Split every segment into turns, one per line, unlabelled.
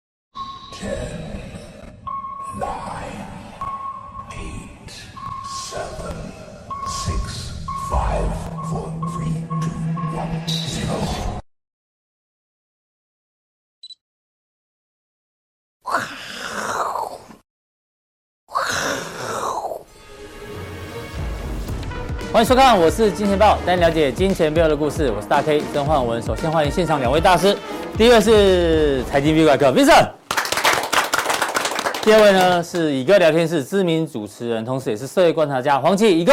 哦
欢迎收看，我是金钱豹，带你了解金钱背后的故事。我是大 K 曾焕文。首先欢迎现场两位大师，第一位是财经 V 怪客 Vincent，第二位呢是乙哥聊天室知名主持人，同时也是社会观察家黄启乙哥。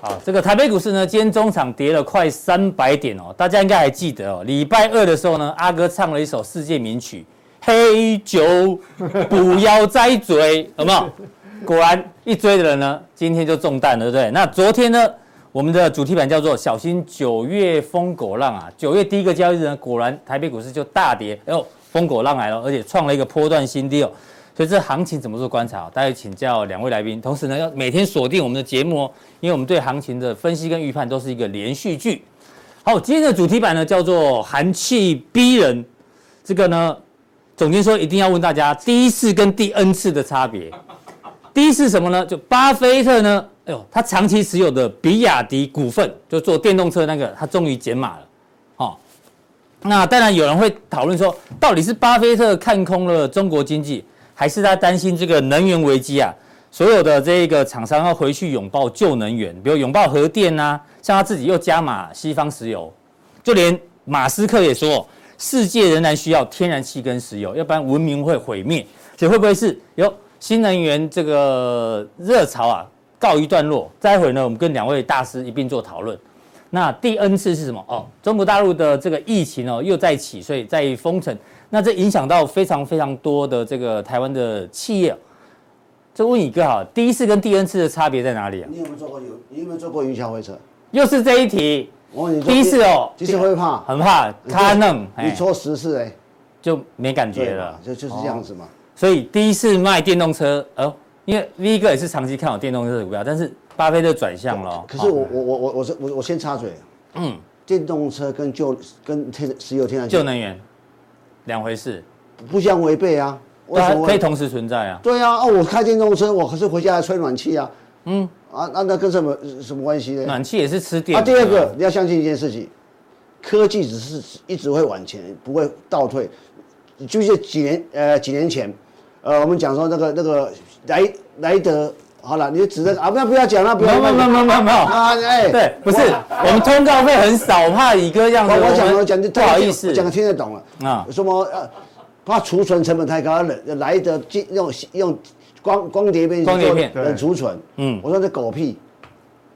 好，这个台北股市呢，今天中场跌了快三百点哦，大家应该还记得哦，礼拜二的时候呢，阿哥唱了一首世界名曲《黑酒不要再追》，有没有？果然一追的人呢，今天就中弹了，对不对？那昨天呢，我们的主题版叫做“小心九月疯狗浪”啊。九月第一个交易日呢，果然台北股市就大跌，哎呦，疯狗浪来了，而且创了一个波段新低哦。所以这行情怎么做观察、啊？大家请教两位来宾。同时呢，要每天锁定我们的节目哦，因为我们对行情的分析跟预判都是一个连续剧。好，今天的主题版呢叫做“寒气逼人”，这个呢，总监说一定要问大家第一次跟第 N 次的差别。第一是什么呢？就巴菲特呢，哎呦，他长期持有的比亚迪股份，就做电动车那个，他终于减码了，哦。那当然有人会讨论说，到底是巴菲特看空了中国经济，还是他担心这个能源危机啊？所有的这个厂商要回去拥抱旧能源，比如拥抱核电啊，像他自己又加码西方石油，就连马斯克也说，世界仍然需要天然气跟石油，要不然文明会毁灭。所以会不会是有？新能源这个热潮啊，告一段落。待会呢，我们跟两位大师一并做讨论。那第 N 次是什么？哦，中国大陆的这个疫情哦又在起，所以在封城。那这影响到非常非常多的这个台湾的企业。就问你哥哈，第一次跟第 N 次的差别在哪里啊？
你有没有坐过有？你有没有坐过云霄飞车？
又是这一题，
我问你，
第一次哦，
其实会怕，
很怕他弄，
你坐十次哎，
就没感觉
对
了
嘛，。就就是这样子嘛。
所以第一次卖电动车，哦，因为 V 哥也是长期看好电动车的股票，但是巴菲特转向了哦。
可是我我我我我是我我先插嘴，啊
嗯，
电动车跟旧跟天石油天然
旧
气
能源两回事，
不相违背啊？为什
它
么
可以
会？
同时存在啊。
对啊，啊，我开电动车，我可是回家还吹暖气啊。嗯，啊，那那跟什么什么关系呢？
暖气也是吃电。
啊，第二个，你要相信一件事情，科技只是一直会往前，不会倒退。就是几年呃几年前，呃，我们讲说那个那个莱莱德，好了，你就指着啊，不要不要讲了，不
没
要
有没有没有没有没有没有。
啊，哎，
对，不是我们通告费很少，怕乙哥这样
我
子。
我讲
们
我讲就
不好意思
我讲的听得懂了
啊
啊，什么呃，怕储存成本太高，冷莱德进用用光光碟片去
光碟片
做冷储存，
嗯
嗯，我说这狗屁。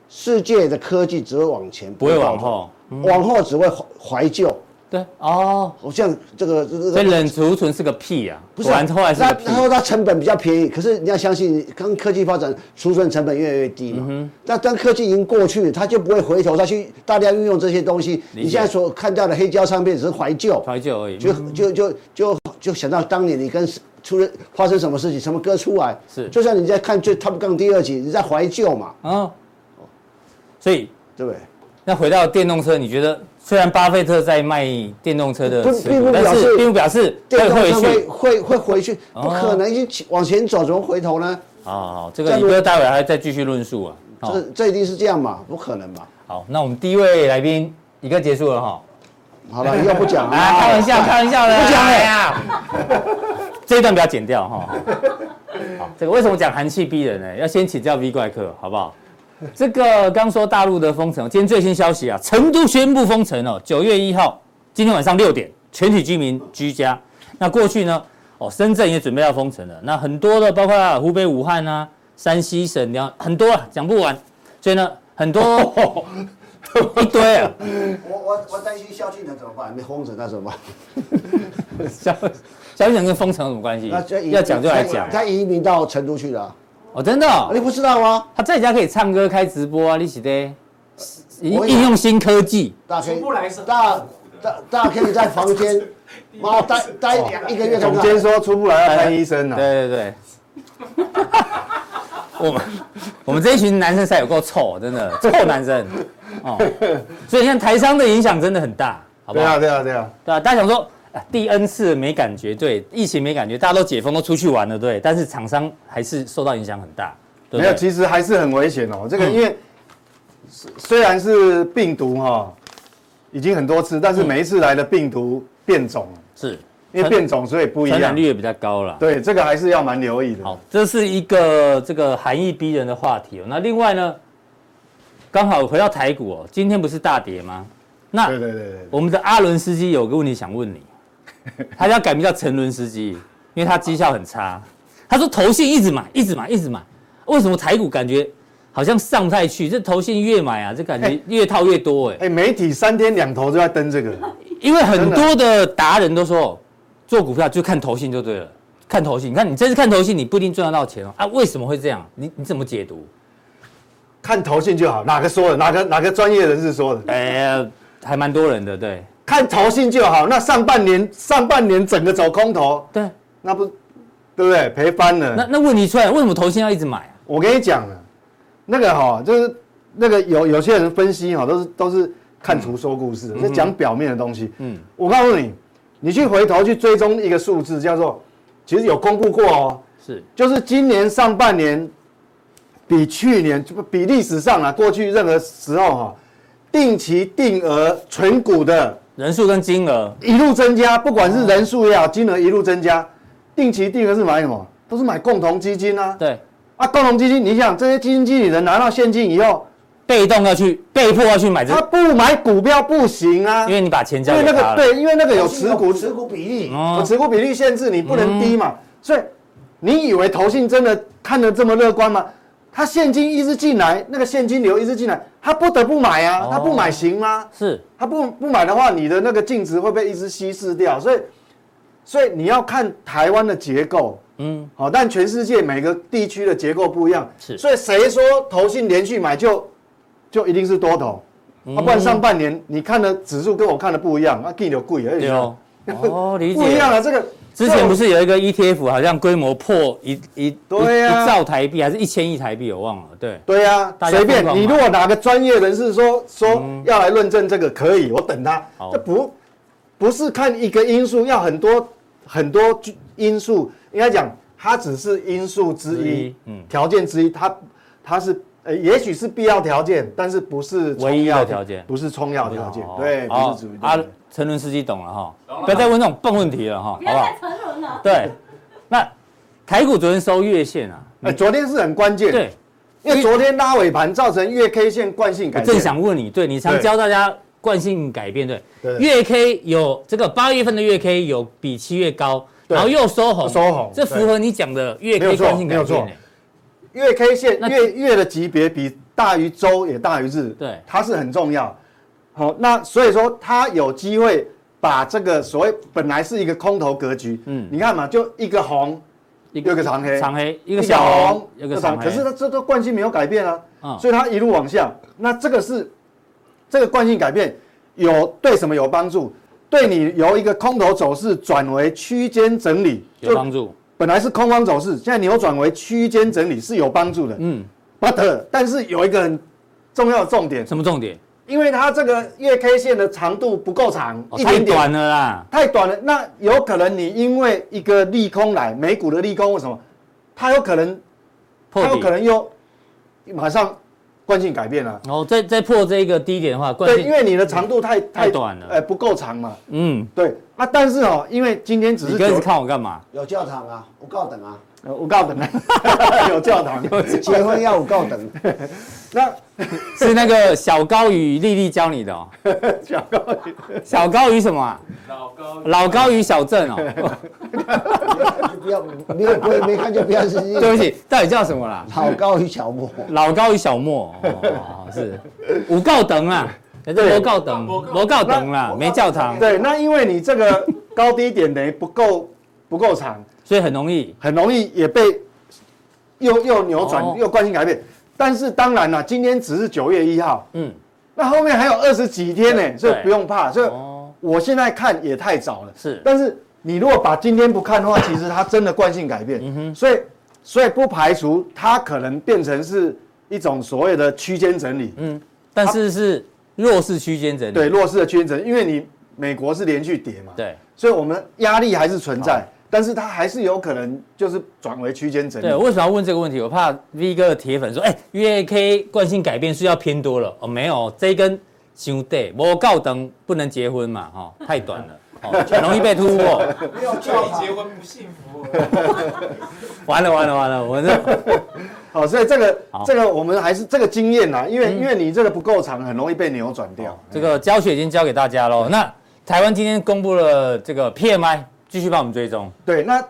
世界的科技只会往前，
不会
倒
往
退
后。嗯
往后只会怀怀旧。
对哦，
我像这个这
所以
个
冷储存是个屁啊，
不
果然后来是个
那
屁
他。说它成本比较便宜，可是你要相信，刚科技发展，储存成本越来越低
嗯
嘛。那当科技已经过去，它就不会回头，它去大量运用这些东西。
解
你现在所看到的黑胶唱片只是怀旧，
怀旧而已。
就就就就就想到当年你跟出了发生什么事情，什么歌出来，
是
就像你在看最 Top Gun 第二集，你在怀旧嘛，
啊，所以
对不对？
那回到电动车，你觉得虽然巴菲特在卖电动车的
不
持
并
股，
不
但
表
是
示
并不表示
电
会啊回
动车会
去
会会回去，
哦
不可能，已经起往前走，怎么回头呢？
好好，好这个
这
乙
样
哥待会还再继续论述啊。好
这这一定是这样嘛？不可能嘛？
好，那我们第一位来宾乙哥结束了哈。
好了，又不讲了。
啊，开玩笑，开玩笑的，哎
不讲了
呀。 这一段不要剪掉哈。好，这个为什么讲寒气逼人呢？要先请教 V 怪客，好不好？这个刚说大陆的封城，今天最新消息啊，成都宣布封城哦，九月一号，今天晚上六点，全体居民居家。那过去呢，哦，深圳也准备要封城了，那很多的包括湖北武汉啊、山西省，两很多啊，讲不完。所以呢，很多一堆啊，
我我我担心萧敬腾怎么办？你封着那怎么 办？
萧萧敬腾跟封城有什么关系？
移
要讲就来讲
他。他移民到成都去了啊、
哦，真的
啊
哦、
你不知道吗？
他在家可以唱歌、开直播啊，你起的
我
应用新科技。
大可以
出不来是很
大
痛苦的
大大可以在房 间，妈待待两一个月看
总
看。
监说出不来要看医生呐、啊。
对对对。 我们我们这一群男生才有够臭，真的臭男生哦。所以你看台商的影响真的很大，好不
对
好？
啊，对啊，对啊，
对啊，大家想说，啊第 N 次没感觉，对，疫情没感觉，大家都解封都出去玩了，对，但是厂商还是受到影响很大，对
没
不
有，
对？
其实还是很危险哦。这个因为虽虽然是病毒哈、已经很多次，但是每一次来的病毒变种，
是，
因为变种所以不一
传染
样
率。也比较高了。
对，这个还是要蛮留意的。
好，这是一个这个含义逼人的话题哦。那另外呢，刚好回到台股哦，今天不是大跌吗？那
对对对对，
我们的阿伦斯基有个问题想 问你，他要改名叫陈伦斯基，因为他绩效很差。他说投信一直买，一直买，一直买，为什么台股感觉好像上不太去？这投信越买啊，这感觉越套越多哎、
哎，媒体三天两头就在登 这个，
因为很多的达人都说，做股票就看投信就对了，看投信。你看你这次看投信，你不一定赚得到钱哦。啊，为什么会这样？你你怎么解读？
看头信就好，哪个说的，哪个哪个专业人士说的，
呃，还蛮多人的，对
看头信就好。那上半年上半年整个走空头，
对。
那不对不对？赔翻了。
那那问题出来，为什么投信要一直买啊？
我跟你讲了，那个哈、就是那个有有些人分析哈、都是都是看图说故事的，是讲表面的东西。
嗯
嗯，我告诉你，你去回头去追踪一个数字，叫做其实有公布过哦，
是
就是今年上半年比去年比历史上啊过去任何时候哈、定期定额存股的
人数跟金额，
一路增加，不管是人数也好，金额一路增加。定期定额是买什么？都是买共同基金啊。
对，
啊，共同基金，你想这些基金经理人拿到现金以后，
被动要去被迫要去买这
他，不买股票不行啊，
因为你把钱
因
交
为
给
那
他
个
了。
对，因为那个有持股，
持股比例，
哦嗯
有持股比例限制，你不能低嘛。所以你以为投信真的看得这么乐观吗？他现金一直进来，那个现金流一直进来，他不得不买啊
哦，
他不买行吗？
是
他不不买的话，你的那个净值会被一直稀释掉，所以所以你要看台湾的结构，
嗯
嗯，好，但全世界每个地区的结构不一样，
是
所以谁说投信连续买就就一定是多头？
嗯
啊，不然上半年你看的指数跟我看的不一样，啊，更有贵而已，
对哦，哦，理解。
不一样啊，这个
之前不
是
是有一个 ETF，好像规模破一一
对啊
一兆台币，还是一千亿台币，我忘了。对，
对呀、
大
啊，
家
随便
疯狂买嗯
你如果哪个专业人士说说要来论证这个可以，我等他
好，
这不不是看一个因素，要很多很多具因素，应该讲它只是因素之
之一
一
嗯，
条、件之一，它它是呃也许是必要条件，但是不是
唯一的
冲药
条件
不是冲药条件
哦，
对，
好
不是主
啊
要。，
陈伦司机懂了哈，不要再问这种笨问题了哈，好
不
不
要
好
再？沉沦了。
对，那台股昨天收月线啊，
哎、昨天是很关键，
对，，
因为昨天拉尾盘造成月 K 线惯性
我
改变，
正想问你，对你常
对
教大家惯性改变，对
对
月 K 有这个八月份的月 K 有比七月高，
对
然后又收红，
收红
这符合你讲的月
没
K
有错
惯性改
没有
变
错
欸。
月 K 线
那
月月的级别比大于周也大于日，
对
它是很重要。好，那所以说它有机会把这个所谓本来是一个空头格局，
嗯
嗯，你看嘛，就一个红，
一
有一个长黑，
长黑，一个小红，一个长黑，
可是它这都惯性没有改变啊，
嗯
所以它一路往下。那这个是这个惯性改变有对什么有帮助？对你由一个空头走势转为区间整理，
有帮助，
本来是空方走势，现在扭转为区间整理是有帮助的。
嗯，
But，但是有一个很重要的重点，
什么重点？
因为它这个月 K 线的长度不够长，
哦
一
太
点点
短了啦，
太短了。那有可能你因为一个利空来，美股的利空为什么？它有可能，
破
它有
底
可。能又马上惯性改变了、
然后哦再再破这一个低点的话，惯
对，因
性，嗯
为你的长度太
太短了
呃，不够长嘛。
嗯，
对啊，但是哦，因为今天只
你
是
跟着
九，
看我干嘛？
有教堂啊，我告等啊，
呃我告诉你， 有教堂。
结婚要我告等，
那
是那个小高与丽丽教你的哦。
小高，
小高与什么啊？老高与小郑 哦，
不要没有不会没看就不要生气。
对不起，到底叫什么啦？
好高于小莫，
老高与小莫，哦，是五告等啊，这
对
罗告等，啊罗告等啦，没教堂，
对，那因为你 这个高低点等于不够不够长，
所以很容易
很容易也被又又扭转、
哦
又惯性改变。但是当然了，今天只是九月一号，
嗯，
那后面还有二十几天呢，所以不用怕。所以
哦
我现在看也太早了。
是
但是你如果把今天不看的话，其实它真的惯性改
嗯
变。所以所以不排除它可能变成是一种所谓的区间整理，
嗯，但是是弱势区间整理，
对弱势的区间整理，因为你美国是连续跌嘛，
对
所以我们压力还是存在，但是它还是有可能就是转为区间整
对，
理。
为什么要问这个问题？我怕 V 哥的铁粉说，哎、月 K 惯性改变是要偏多了哦，没有，这一根兄弟，我告等不能结婚嘛，哈、哦，太短了，哦，很容易被突破。
没有叫你结婚不幸福，
嗯
完了完了完了，我 这
好，所以这个
好嗯
这个我们还是这个经验啊呐，因为因为你这个不够长，很容易被扭转掉。
这个教学已经教给大家喽。那台湾今天公布了这个 PMI，继续帮我们追踪。
对，那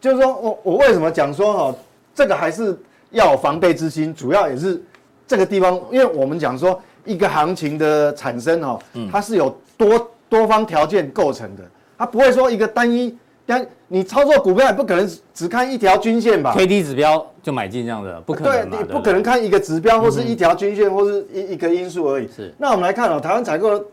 就是说我我为什么讲说哈、这个还是要有防备之心，主要也是这个地方，因为我们讲说一个行情的产生哈、
嗯
它是有多多方条件构成的，它不会说一个单一。但你操作股票也不可能只看一条均线吧？
K D 指标就买进这样的，不可能嘛，
对，
对
你
对
不可能看一个指标或是一条均线或是一一个因素而已。
嗯是
那我们来看哦，台湾采购的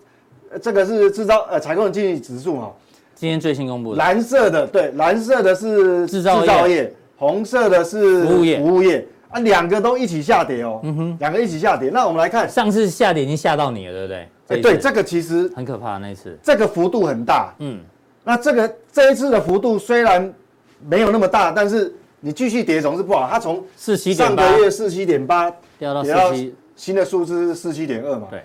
呃这个是制造呃采购的经济指数哈、
今天最新公布的，
蓝色的对，蓝色的是
制造业
红色的是
服务业嗯
服务业啊，两个都一起下跌哦，两个一起下跌。那我们来看，
上次下跌已经吓到你了，对不对？
哎，
一次
对，这个其实
很可怕那一次，
这个幅度很大，
嗯，
那这个这一次的幅度虽然没有那么大，但是你继续跌总是不好。它从
四七点
上
八
个月四七点八
掉到
跌到
四七，
新的数字是四七点二嘛，
对，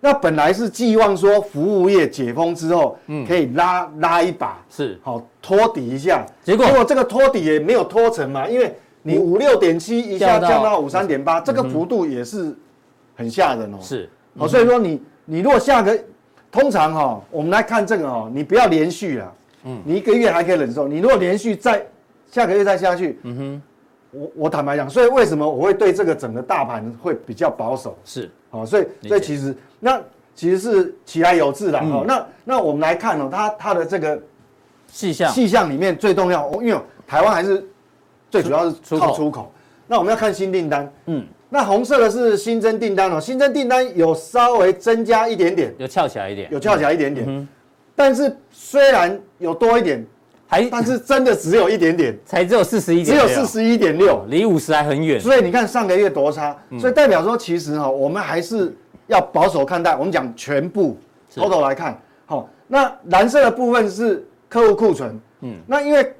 那本来是寄望说服务业解封之后，可以拉拉一把，
嗯是
好托底一下，
结果
结果这个托底也没有托成嘛，因为你五六点七一下
掉到嗯
降到五三点八，这个幅度也是很吓人哦。，
是
好，所以说你你如果下个，通常哈、我们来看这个哦，你不要连续啦，嗯，你一个月还可以忍受，你如果连续再下个月再下去，嗯哼，我我坦白讲，所以为什么我会对这个整个大盘会比较保守？
是，
哦，所以
理
所以
解
其实那其实是其来有自啦。哦，那那我们来看哦，它它的这个
细项
细项里面最重要，哦因为台湾还是最主要
出
是靠
口
出口。那我们要看新订单，
嗯
那红色的是新增订单哦，新增订单有稍微增加一点点，
有翘起来一点，
有翘起来一点
嗯
点，但是虽然有多一点，
还
但是真的只有一点点，
才只有四十一
只
点，啊
有四，十一点六，
离五十还很远，
所以你看上个月多差，所以代表说其实哈、我们还是要保守看待。我们讲全部 total 来看，好、那蓝色的部分是客户库存，嗯，那因为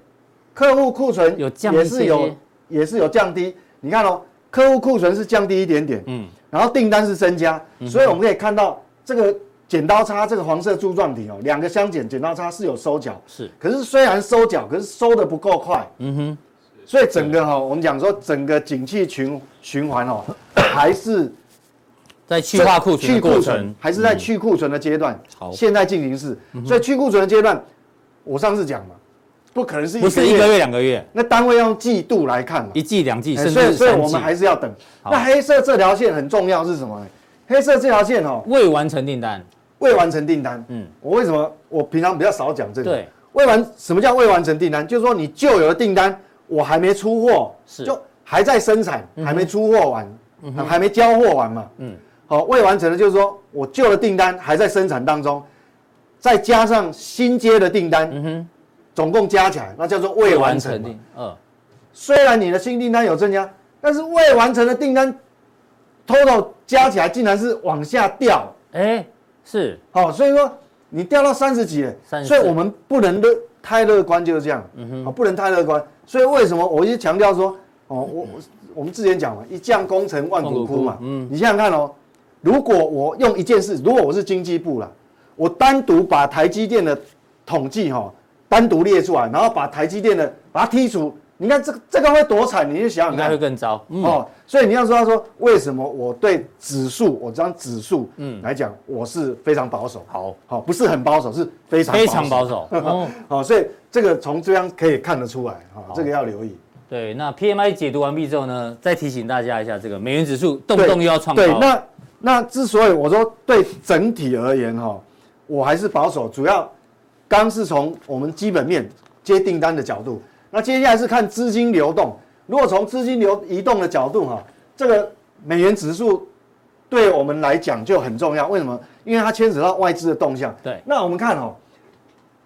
客户库存
有降
也
一些
是有也是有降低，你看哦，客户库存是降低一点点，
嗯
嗯，然后订单是增加，所以我们可以看到这个剪刀差这个黄色柱状体哦，两个相减，剪刀差是有收脚，
是
可是虽然收脚，可是收的不够快，
嗯哼，
所以整个哈、我们讲说整个景气循循 环哦，还是
在去化库存
去
的
库
过
存
程，嗯
还是在去库存的阶段。
好嗯
现在进行式，所以去库存的阶段，我上次讲嘛，不可能是一
不是
个
一个
月，
月两个月，
那单位要用季度来看嘛。
一季两季
哎
甚
所以
至
所以我
三
们还
季，
是要等。
好
那黑色这条线很重要是什么呢？黑色这条线哦，
未完成订单，
未完成订单。
嗯
嗯，我为什么我平常比较少讲这个？
对，
未完什么叫未完成订单？就是说你旧有的订单我还没出货，
是
就还在生产，还没出货完，还没交货完嘛。
嗯
嗯，好，未完成的就是说我旧的订单还在生产当中，再加上新接的订单，
嗯哼，
总共加起来那叫做未完成嘛。
订，呃，
虽然你的新订单有增加，但是未完成的订单 total 加起来竟然是往下掉。
哎，是
好、哦所以说你掉到三十几了，
34
所以我们不能乐太乐观，就是这样，嗯哼，不能太乐观。所以为什么我一直强调说，哦，我我我们之前讲嘛，一将功成万骨枯嘛
万，骨枯嗯
你想想看哦，如果我用一件事，如果我是经济部啦，我单独把台积电的统计哈、哦、单独列出来，然后把台积电的把它剔除，你看这个这个会多惨，你就想想
应该
看
会，更糟，嗯，
哦，所以你要知道说，为什么我对指数，我这张指数，
嗯
嗯，来讲，我是非常保守，
好，
好、不是很保守，是非常
非常保守，哦，
好、所以这个从这样可以看得出来，哈、
好
这个要留意。
对，那 PMI 解读完毕之后呢，再提醒大家一下，这个美元指数动不动又要创高，
对，那那之所以我说对整体而言哈、我还是保守，主要刚是从我们基本面接订单的角度，那接下来是看资金流动。如果从资金流移动的角度哈、这个美元指数对我们来讲就很重要。为什么？因为它牵扯到外资的动向。
对
那我们看哦，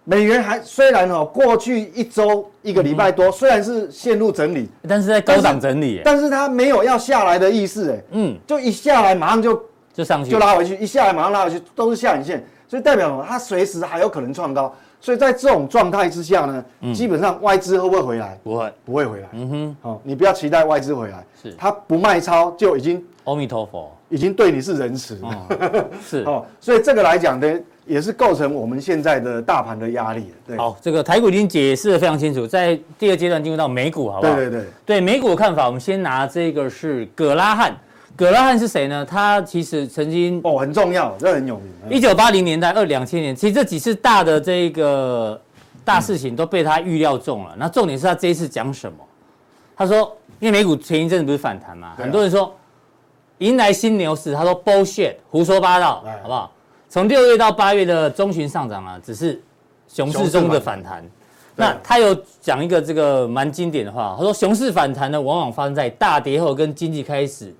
美元还虽然哦过去一周一个礼拜
嗯
多、虽然是陷入整理，
但是在高档整理耶，
但是它没有要下来的意思，哎，
嗯，
就一下来马上就
就上去
就拉回去，一下来马上拉回去，都是下影线，所以代表什么它随时还有可能创高。所以在这种状态之下呢，基本上外资会不会回来？
不会，
不会回来。
嗯哼，
好、你不要期待外资回来，
是
它不卖超就已经
阿弥陀佛，
已经对你是仁慈 了。
是。
哦，所以这个来讲呢，也是构成我们现在的大盘的压力了。对，
好，这个台股已经解释的非常清楚，在第二阶段进入到美股，好不好？
对对对，
对美股的看法，我们先拿这个是葛拉汉。葛拉汉是谁呢？他其实曾经
哦，很重要，这很有名。嗯
一九八零年代、二两千年，其实这几次大的这个大事情都被他预料中了。那重点是他这一次讲什么？他说，因为美股前一阵子不是反弹嘛，
对啊
很多人说迎来新牛市，他说 bullshit，胡说八道
哎，
好不好？从六月到八月的中旬上涨啊，只是熊市中的反弹。
对
那他有讲一个这个蛮经典的话，他说熊市反弹呢，往往发生在大跌后跟经济开始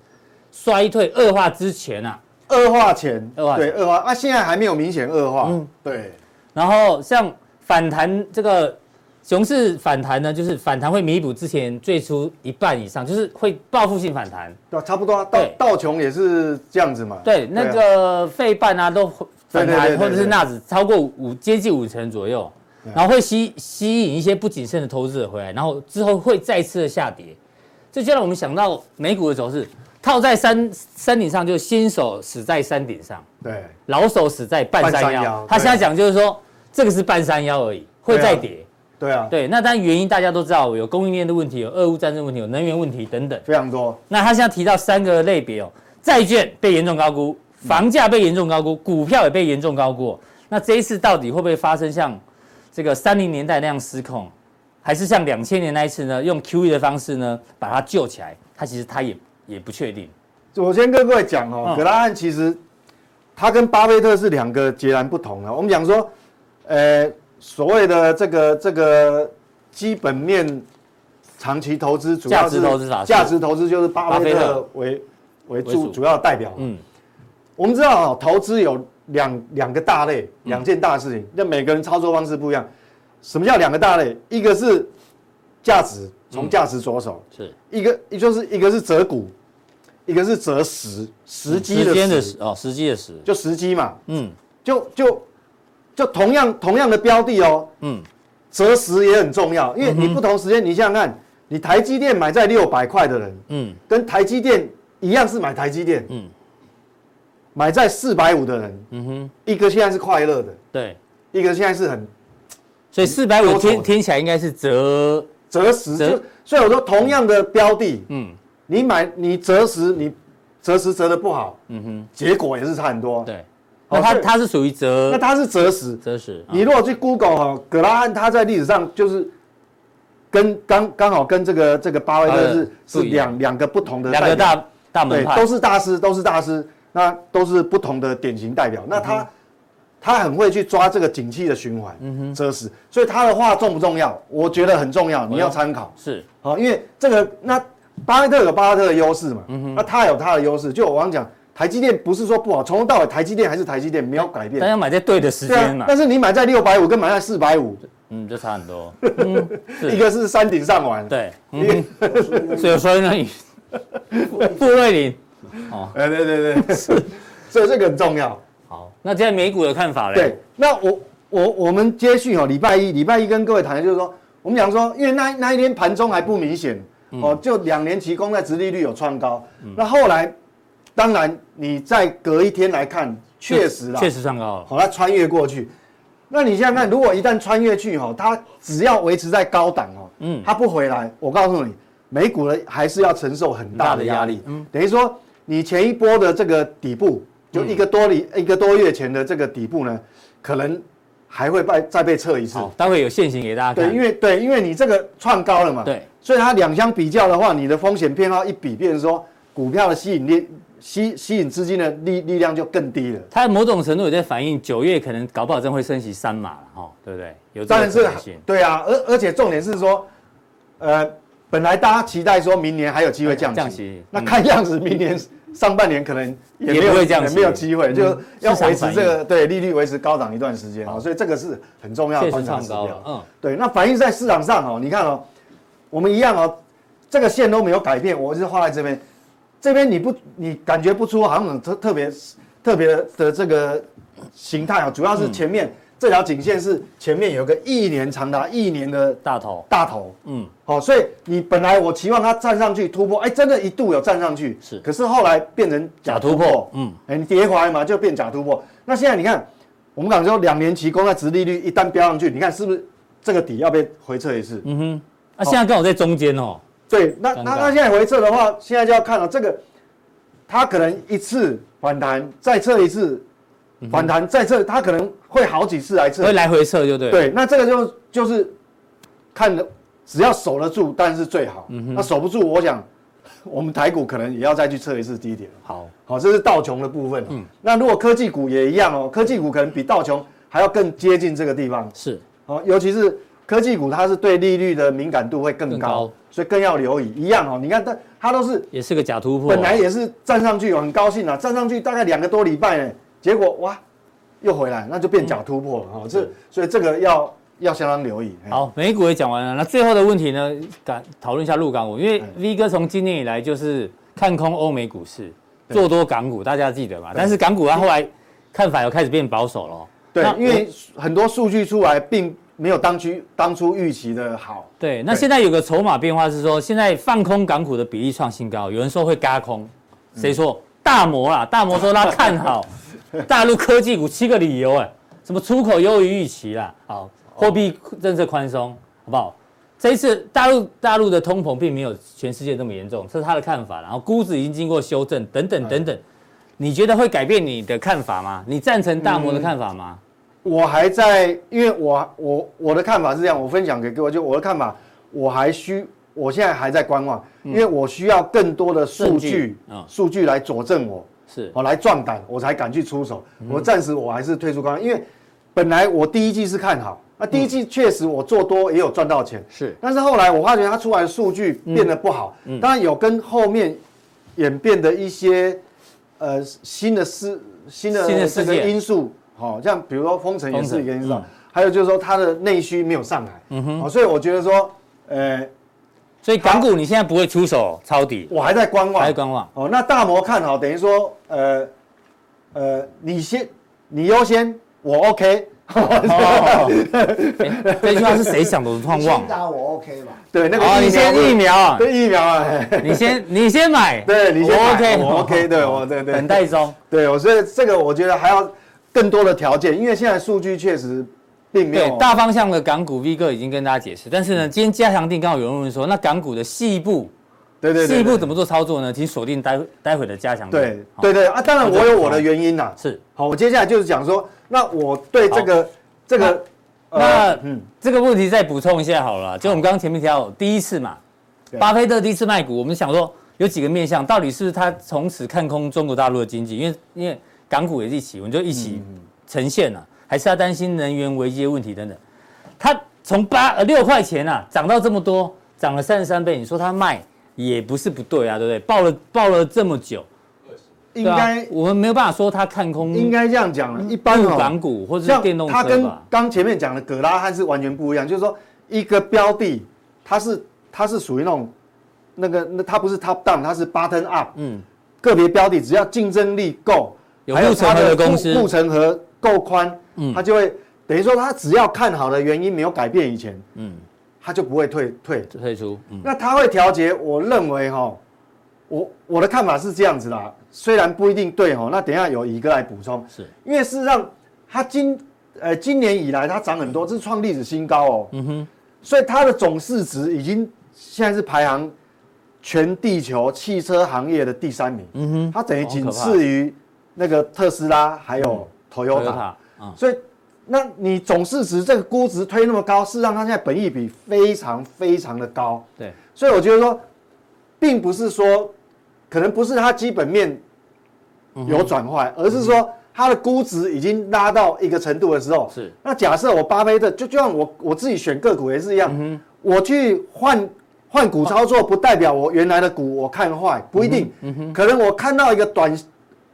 衰退恶化之前啊。
恶化前，
恶化前
对恶化，啊，现在还没有明显恶化。
嗯
对，
然后像反弹这个熊市反弹呢，就是反弹会弥补之前最初一半以上，就是会报复性反弹。
对，差不多啊。道
对
道琼也是这样子嘛。
对，那
啊
个费半啊都反
对对对对
弹，
对
或者是纳指超过五接近五成左右，然后会吸吸引一些不谨慎的投资者回来，然后之后会再次的下跌。这就让我们想到美股的走势，套在山山顶上，就是新手死在山顶上。
对
老手死在半
半
山
山腰
腰
对。
他现在讲就是说，这个是半山腰而已，会再跌。
对啊，
对，那当然原因大家都知道，有供应链的问题，有俄乌战争问题，有能源问题等等。
非常多。
那他现在提到三个类别哦，债券被严重高估，房价被严重高估，股票也被严重高估哦。那这一次到底会不会发生像这个三零年代那样失控，还是像两千年那一次呢？用 QE 的方式呢把它救起来？他其实他也也不确定。
我先跟各位讲哦
嗯，
格拉汉其实他跟巴菲特是两个截然不同的。我们讲说，呃，所谓的这个这个基本面长期投资，主要
价
是
值投资法
价值投资就是
巴
巴菲
菲
特
特
为为
为
主
主
主要代表。
嗯，
我们知道哦，投资有两两个大类，
嗯
两件大事情，那、每个人操作方式不一样。什么叫两个大类？一个是价值，从价值着手；
是嗯
一个也就是一个是择股，一个是择时，时机
时
的时，
间的时哦，时机的时。
就时机嘛，
嗯
就就就同样同样的标的哦，
嗯，
择时也很重要，因为你不同时间，你想想看，你台积电买在六百块的人，
嗯
跟台积电一样是买台积电，
嗯
买在四百五的人，
嗯哼，
一个现在是快乐的。
对，嗯
一个现在是很
所以四百
多
五
头
听听起来应该是折，
择时，
择
就所以我说同样的标的，
嗯
你买你择时，你择时择的不好，
嗯哼，
结果也是差很多。，
对。
好
那它
所以
它是属于
那
折
它是择时，
折时，
你
啊
如果去 Google 哈，葛拉汉他在历史上就是跟刚刚好跟这个这个巴菲
巴
特
菲特
是是
呃不一样
两两个不同的
两
代
个
表
大大门
对，
派
都是大师，都是大师，那都是不同的典型代表。那
嗯
他、他很会去抓这个景气的循环，择时，所以他的话重不重要？我觉得很重要，你要参考。
是
好，因为这个那巴菲特有巴菲特的优势嘛，
嗯
那他有他的优势。就我刚刚讲，台积电不是说不好，从头到尾台积电还是台积电，没有改
但
变。
要买在对的时
对
间
啊
嘛，，
但是你买在六百五跟买在四百五，
嗯，就差很 多。嗯，是
一个是山顶上玩，
对，嗯
一个，
所以所以 呢，傅瑞林，
哎对对对，是，所以这个很重要。
好，那现在美股的看法嘞？
对，，那我我我们接续哦，礼拜一礼拜一跟各位谈的就是说，我们讲说，因为那那一天盘中还不明显、
嗯
哦，就两年期公债殖利率有创高，那后来当然你再隔一天来看，确实啦，
确实上高了。
好、它穿越过去。那你想想看，如果一旦穿越去哦，它只要维持在高档哦，嗯
嗯，
它不回来，我告诉你，美股呢还是要承受很大的压力。
很大的压力嗯
等于说你前一波的这个底部，就一个多里、
嗯
一个多月前的这个底部呢，可能还会被再被测一次。
好，待会有现形给大家
对，
看。
因为对，因为你这个创高了嘛，
对，
所以它两相比较的话，你的风险偏好一比，变成说股票的吸引力、吸吸引资金的力力量就更低了。
它某种程度也在反映九月可能搞不好真会升息三码了哈，对不对？有这
当
个
然
可
是
能性。
对啊，而而且重点是说，呃，本来大家期待说明年还有机会降息，
降息
那
嗯
看样子明年上半年可能也没有
也不会降息
也没有机会，
嗯
就要维持这
市场
个对利率维持高涨一段时间哦，
好
所以这个是很重要的
确实
观察
创
指
高
标
了。。嗯，
对，那反映在市场上哦，你看哦，我们一样哦，这个线都没有改变，我是画在这边，这边你不你感觉不出好像很特特别特别的这个形态哦，主要是前面这条颈线是前面有个一年长达一年的
大头，
大头，
嗯，
好、所以你本来我期望它站上去突破，哎，真的一度有站上去，
是
可是后来变成假
假
突
突
破，
破嗯，
哎，你跌回来嘛，就变假突破。那现在你看，我们讲说两年期公债殖利率一旦飙上去，你看是不是这个底要被回撤一次？
嗯哼，啊，现在刚好在中间哦，
对，那
尴
那
尬
那现在回撤的话，现在就要看了、这个，它可能一次反弹，再测一次
嗯
反弹，再测，它可能会好几次来测，
会来回撤就对。，
对，那这个就就是看的，只要守得住，当然是最好。那守不住，我想我们台股可能也要再去测一次低点。
好，
好，这是道琼的部分。嗯，那如果科技股也一样哦，科技股可能比道琼还要更接近这个地方。
是
哦，尤其是科技股，它是对利率的敏感度会更高，
更高
所以更要留意。一样哦，你看它它都是
也是个假突破，
本来也是站上去，很高兴啊，站上去大概两个多礼拜呢，结果哇，又回来，那就变假突破了
嗯
哈、哦。这所以这个要要相当留意。哎嘿，
好，美股也讲完了，那最后的问题呢，敢讨论一下陆港股，因为 V 哥从今年以来就是看空欧美股市，做多港股，大家记得嘛？但是港股它后来看法又开始变保守了哦。
对
那，
因为很多数据出来并没有当初当初预期的好。
对，那现在有个筹码变化是说，现在放空港股的比例创新高，有人说会嘎空，谁说？大摩啦，大摩说他看好大陆科技股七个理由，哎，什么出口优于预期啦，好，货币政策宽松，好不好？这一次大陆大陆的通膨并没有全世界那么严重，这是他的看法，然后估值已经经过修正，等等等等，你觉得会改变你的看法吗？你赞成大摩的看法吗？
我还在，因为我我我的看法是这样，我分享给各位，就我的看法，我还需我现在还在观望，因为我需要更多的数
嗯证
据
据嗯
数据来佐证我。
是
哦
嗯
我来壮胆，我才敢去出手。我暂时我还是退出观望，因为本来我第一季是看好，那第一季确实我做多也有赚到钱，
嗯是嗯
但是后来我发觉它出来的数据变得不好，当然有跟后面演变的一些呃新的事、新的
新的
这
事
个
件
因素，好、像比如说封城也
封
是
城
一个因素，
嗯
还有就是说它的内需没有上来，嗯哼、所以我觉得说，呃，
所以港股你现在不会出手抄底，
我还在观望，
还在观望。
哦，那大摩看好，等于说，呃，呃，你先，你优先，我 OK。
哎这句话是谁想的？我突然忘
先
了。
打我 OK 吧？
对， 那个
哦，你先疫
苗
苗啊
不，是，对疫苗啊， 嘿
你先你先买，
对，你先
我
买
OK，哦
我 OK，对，我对对，
等待中。
对，我所以这个我觉得还要更多的条件，因为现在数据确实并没
对
有，
大方向的港股 V 哥已经跟大家解释，但是呢，今天加强定刚好有人问说，那港股的细部
对对对，
细部
对
怎么做操作呢？请锁定待待会的加强定。
对
好
对对啊，当然我有我的原因呐。
是。
好，我接下来就是讲说，那我对这个这个，
那啊
呃嗯，
这个问题再补充一下好了啦，就我们刚刚前面提到第一次嘛，
对
巴菲特第一次卖股，我们想说有几个面向，到底是不是他从此看空中国大陆的经济？因为因为港股也一起，我们就一
嗯
起呈现了、还是他担心能源危机的问题等等。他从八呃六块钱啊涨到这么多，涨了三十三倍，你说他卖也不是不对啊，对不对？抱了抱了这么久，
应
对啊
该
我们没有办法说他看空
应该这样讲了，一般
入
哦
港股或者
像
是电动
它
车
跟
吧。
刚前面讲的葛拉汉是完全不一样，就是说一个标的，它是它是属于那种那个那它不是 top down，它是 bottom up，
嗯，
个别标的只要竞争力够，
有
还有
护城
它
河的
的
公司
护护城河够宽，
嗯
它就会等于说它只要看好的原因没有改变以前，
嗯，
它就不会退退。
退出，嗯，
那它会调节，我认为哈，我我的看法是这样子啦，虽然不一定对哈，那等一下有乙哥来补充，
是
因为事实上，它今呃今年以来它涨很多，这是创历史新高哦。嗯哼，所以它的总市值已经现在是排行全地球汽车行业的第三名。嗯哼，它等于仅次于那个特斯拉还有 Toyota。
Toyota，嗯，
所以，那你总市值这个估值推那么高，事实上它现在本益比非常非常的高。
对，
所以我觉得说，并不是说，可能不是它基本面有转
嗯
坏，而是说它的估值已经拉到一个程度的时候，
是。
那假设我巴菲特，就就像我我自己选个股也是一
嗯
样，我去换换股操作，不代表我原来的股我看坏，不一定，
嗯
可能我看到一个短，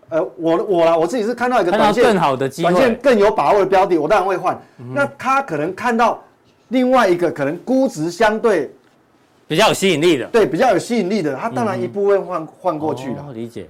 呃，我我啦，我自己是看到一个
看到
短线
更好的机
短线
会，嗯
更有把握的标的，我当然会换。那他可能看到另外一个可能估值相对
比较有吸引力的，
对比较有吸引力的，他当然一部分换换过去了。
嗯哦理解。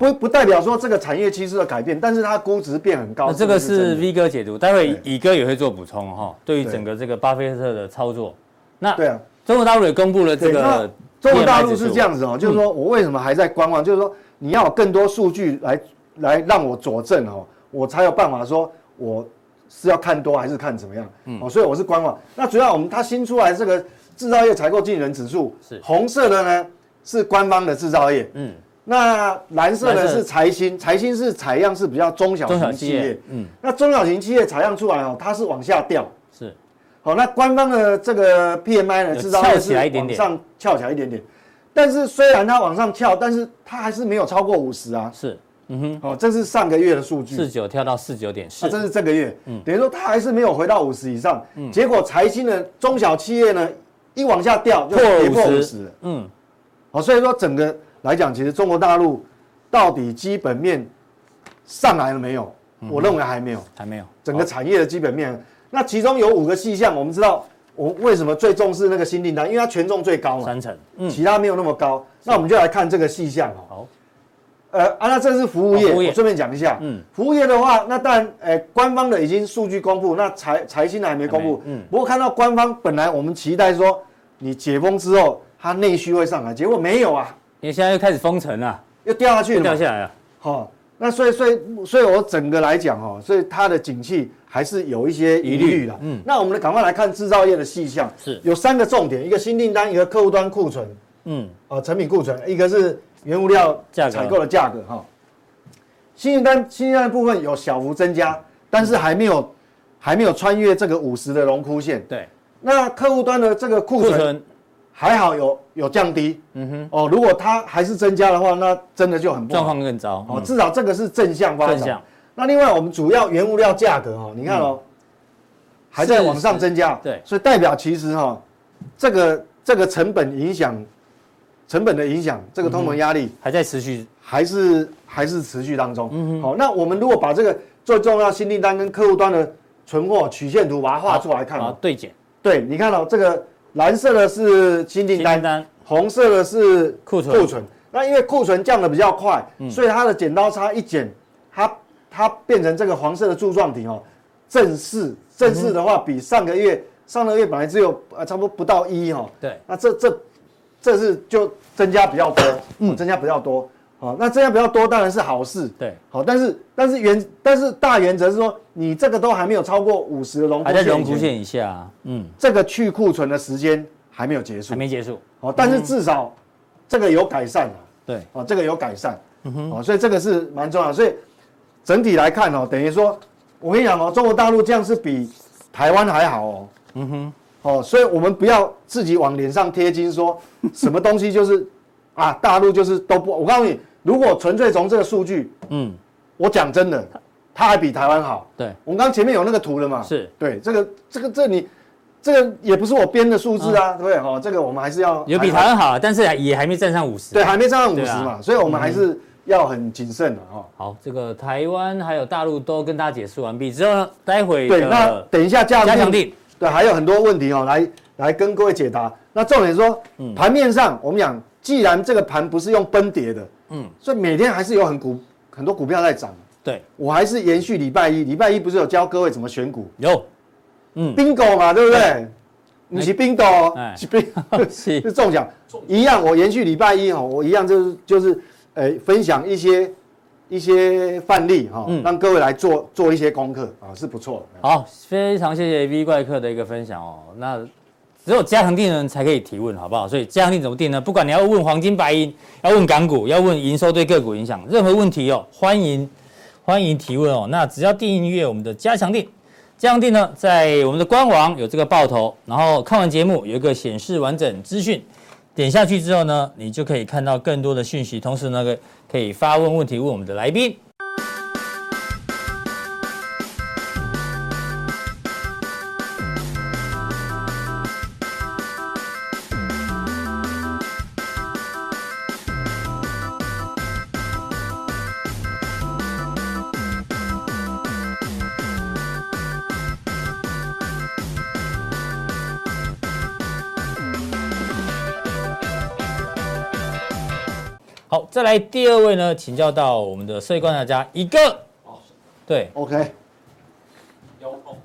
不不代表说这个产业趋势的改变，但是它估值变很高。
那这个
不真
是
的
V 哥解读，待会
对
乙哥也会做补充哈、对于
对
整个这个巴菲特的操作。那
对啊，
中国大陆也公布了这
对，那
个
中国大
PMI
陆
指数
是这样子哦，就是说我为什么还在
嗯
观望？就是说你要有更多数据来来让我佐证哦，我才有办法说我是要看多还是看怎么样。
嗯
哦，所以我是观望。那主要我们它新出来这个制造业采购经理人指数，
是
红色的呢是官方的制造业，
嗯，
那蓝色
蓝
呢
色
是财新，财新是采样是比较中小
中
型
小
企
企
业
业，，嗯，
那中小型企业采样出来哦，它是往下掉。
是
好，那官方的这个 PMI 呢，
有
制造业
翘
是
起来一点
往
点
上翘起来一点点，但是虽然它往上翘，但是它还是没有超过五十啊。
是，嗯哼，
哦，这是上个月的数据，
四九跳到四九点
啊，
四，
这是这个月，
嗯
等于说它还是没有回到五十以上。结果财新的中小企业呢，一往下掉就
破
跌破五
50
十。
嗯，
好，所以说整个来讲，其实中国大陆到底基本面上来了没有？
嗯
我认为还没有。
还没有，
整个产业的基本面。那其中有五个细项，我们知道我为什么最重视那个新订单，因为它权重最高嘛，
三成，嗯，
其他没有那么高。那我们就来看这个细项哦。
好，
呃，啊，那这是服务业，
哦服务业
我顺便讲一下。
嗯
服务业的话，那当然，呃，官方的已经数据公布，那财财新的还没公布
还。没嗯
不过看到官方本来我们期待说，你解封之后它内需会上来，结果没有啊，
因为现在又开始封城了，
又掉下去了
又
嘛。
掉下来了，啊
好、那所以所以所以我整个来讲哦，所以它的景气还是有一些疑虑啦。
嗯
嗯，那我们赶快来看制造业的细项，
是
有三个重点：一个新订单，一个客户端库存
嗯，
啊、成品库存，一个是原物料
价格
采购的价格哈、新订单新订单的部分有小幅增加，但是还没有还没有穿越这个五十的荣枯线。
对，
那客户端的这个库
库
存
存，
还好有有降低，
嗯哼，
哦，如果它还是增加的话，那真的就很不好
状况更糟，
哦，
嗯
至少这个是正向发
正
展
向。，嗯
那另外我们主要原物料价格哦，你看哦，还在往上增加，
是是对
所以代表其实哈，这个这个成本影响，成本的影响，这个通膨压力
还在持续，
还是还是持续当
嗯
中。好，那我们如果把这个最重要新订单跟客户端的存货曲线图把它画出来看
啊
哦，，
对减，
对，你看哦，这个蓝色的是新订
清
单
单，单，
红色的是
库存嗯
库存。那因为库存降的比较快，所以它的剪刀差一剪，它它变成这个黄色的柱状体哦。正式正式的话，比上个月上个月本来只有呃差不多不到一哦，
对，
那这这这是就增加比较多，嗯，增加比较多。好、那增加比较多当然是好事，
对，
好，但是但是原但是大原则是说，你这个都还没有超过五十的龙
还在荣
枯
枯，线以下，嗯，
这个去库存的时间还没有结束
还，没结束，
哦，但是至少这个有改善了、
对，
哦，这个有改善，
嗯
哦，所以这个是蛮重要的。所以整体来看哦，等于说，我跟你讲哦，中国大陆这样是比台湾还好哦，嗯哼，哦，所以我们不要自己往脸上贴 金说，什么东西就是啊，大陆就是都不，我告诉你，如果纯粹从这个数据，
嗯，
我讲真的，它还比台湾好。
对，
我们刚前面有那个图了嘛，
是
对，这个这个这你。这个也不是我编的数字啊，对不对？哦，这个我们还是要
嗯有比台湾好，但是也还没站上五十，
对，还没站到五
对
十
啊
嘛，所以我们还是要很谨慎的哈。
好，这个台湾还有大陆都跟大家解释完毕之后呢，待会
对，
的
那等一下加
加
强
强定，
对，还有很多问题哦，来来跟各位解答。那重点是说，盘面上我们讲，既然这个盘不是用崩跌的，
嗯
嗯，所以每天还是有很股很多股票在涨。
对，
我还是延续礼拜一，礼拜一不是有教各位怎么选股
有，
，bingo 嘛，对不对？你是 bingo，哦
哎
是 bingo，
是
是中奖，一样。我延续礼拜一哦，我一样就是就是，呃，分享一些一些范例哈、
嗯
让各位来做做一些功课啊，是不错的。
好，非常谢谢 V 怪客的一个分享哦。那只有加强定的人才可以提问，好不好？所以加强定怎么定呢？不管你要问黄金、白银，要问港股，要问营收对个股影响，任何问题哦，欢迎欢迎提问哦。那只要订阅我们的加强定，加强定呢，在我们的官网有这个报头，然后看完节目有一个显示完整资讯，点下去之后呢，你就可以看到更多的讯息，同时呢，可可以发问问题问我们的来宾。好，再来第二位呢，请教到我们的社会观察家一个，对，
OK，
腰痛，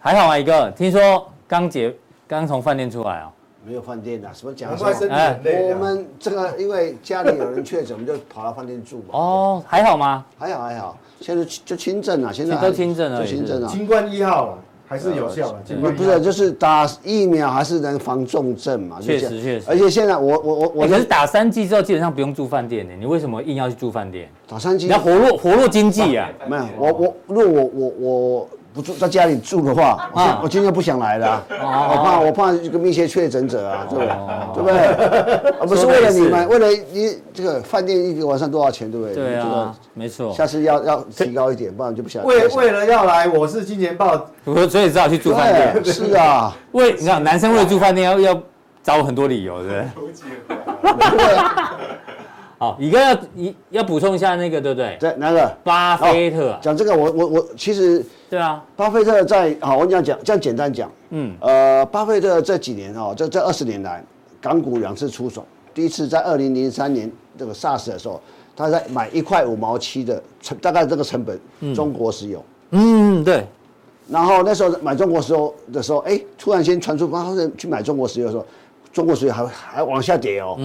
还好啊，一个，听说刚解刚从饭店出来啊、
没有饭店啦，什么讲
难
什
怪身
么？
体很累
我
啊。
们这个因为家里有人确诊，我们就跑到饭店住嘛。
哦，还好吗？
还好还好，现在就轻症啊，现在
都
还
轻症而
就
已
轻症啊。
新冠一号了，还是有效了。新冠一
不
号
是，就是打疫苗还是能防重症嘛？
确实
就这
确
样
实
而且现在我我我
我
我
哦可
能
是打三剂之后，基本上不用住饭店的，你为什么硬要去住饭 店？
打三
你
剂
要，活络活络经济啊！
没有我我如果我我我不住在家里住的话，
啊哦
我今天不想来了啊，我怕我怕这个密切确诊者啊，对不对？对 不对？啊不是
说得
为了你
也是
们，为了你这个饭店一个晚上多少钱，对不对？
对
你知道
啊，没错。
下次要要提高一点，不然就不想。
为为了要来，我是金钱豹，
我所以只好去住饭
对，
店。
是啊，
为你看，男生为了住饭店要要找很多理由，对不对？
纠结。
好，一个要一要补充一下那个，对不对？
对，那个
巴菲特啊，
讲这个，我我我其实
对啊，
巴菲特在好，我这样讲，这样简单讲，
嗯，
呃，巴菲特这几年哦，这这二十年来，港股两次出手，第一次在二零零三年这个 SARS 的时候，他在买一块五毛七的成大概这个成本，中国石油。
嗯，对，
然后那时候买中国石油的时候，哎，突然间传出巴菲特去买中国石油的时候，中国石油还还往下跌哦。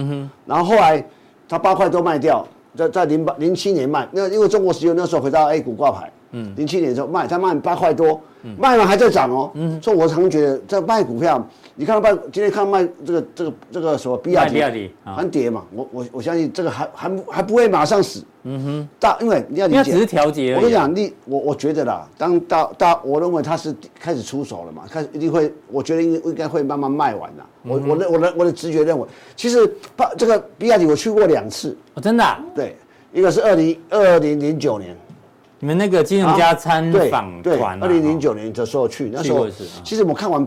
然后后来他八块多卖掉，在在零八零七年卖，那因为中国石油那时候回到 A 股挂牌，嗯，零七年的时候卖，他卖八块多，卖完还在涨哦。所以我常觉得在卖股票，你看到卖今天看到卖这个这个这个什么比亚
卖比
迪，
亚迪啊
还跌嘛，我我我相信这个还还不还不会马上死。嗯哼，大因为你要理
因为
解，
只是调节而已啊
我跟你讲，你我我觉得啦，当大大，我认为他是开始出手了嘛，开始一定会，我觉得应应该会慢慢卖完啦。
嗯
我我的我的我的直觉认为，其实巴这个比亚迪我去过两次，
哦，真的啊，
对，一个是二零二零零九年，
你们那个金融家参访
啊对，
团啊，
二零零九年的时候去，那时
过
候
一次啊
其实我看完，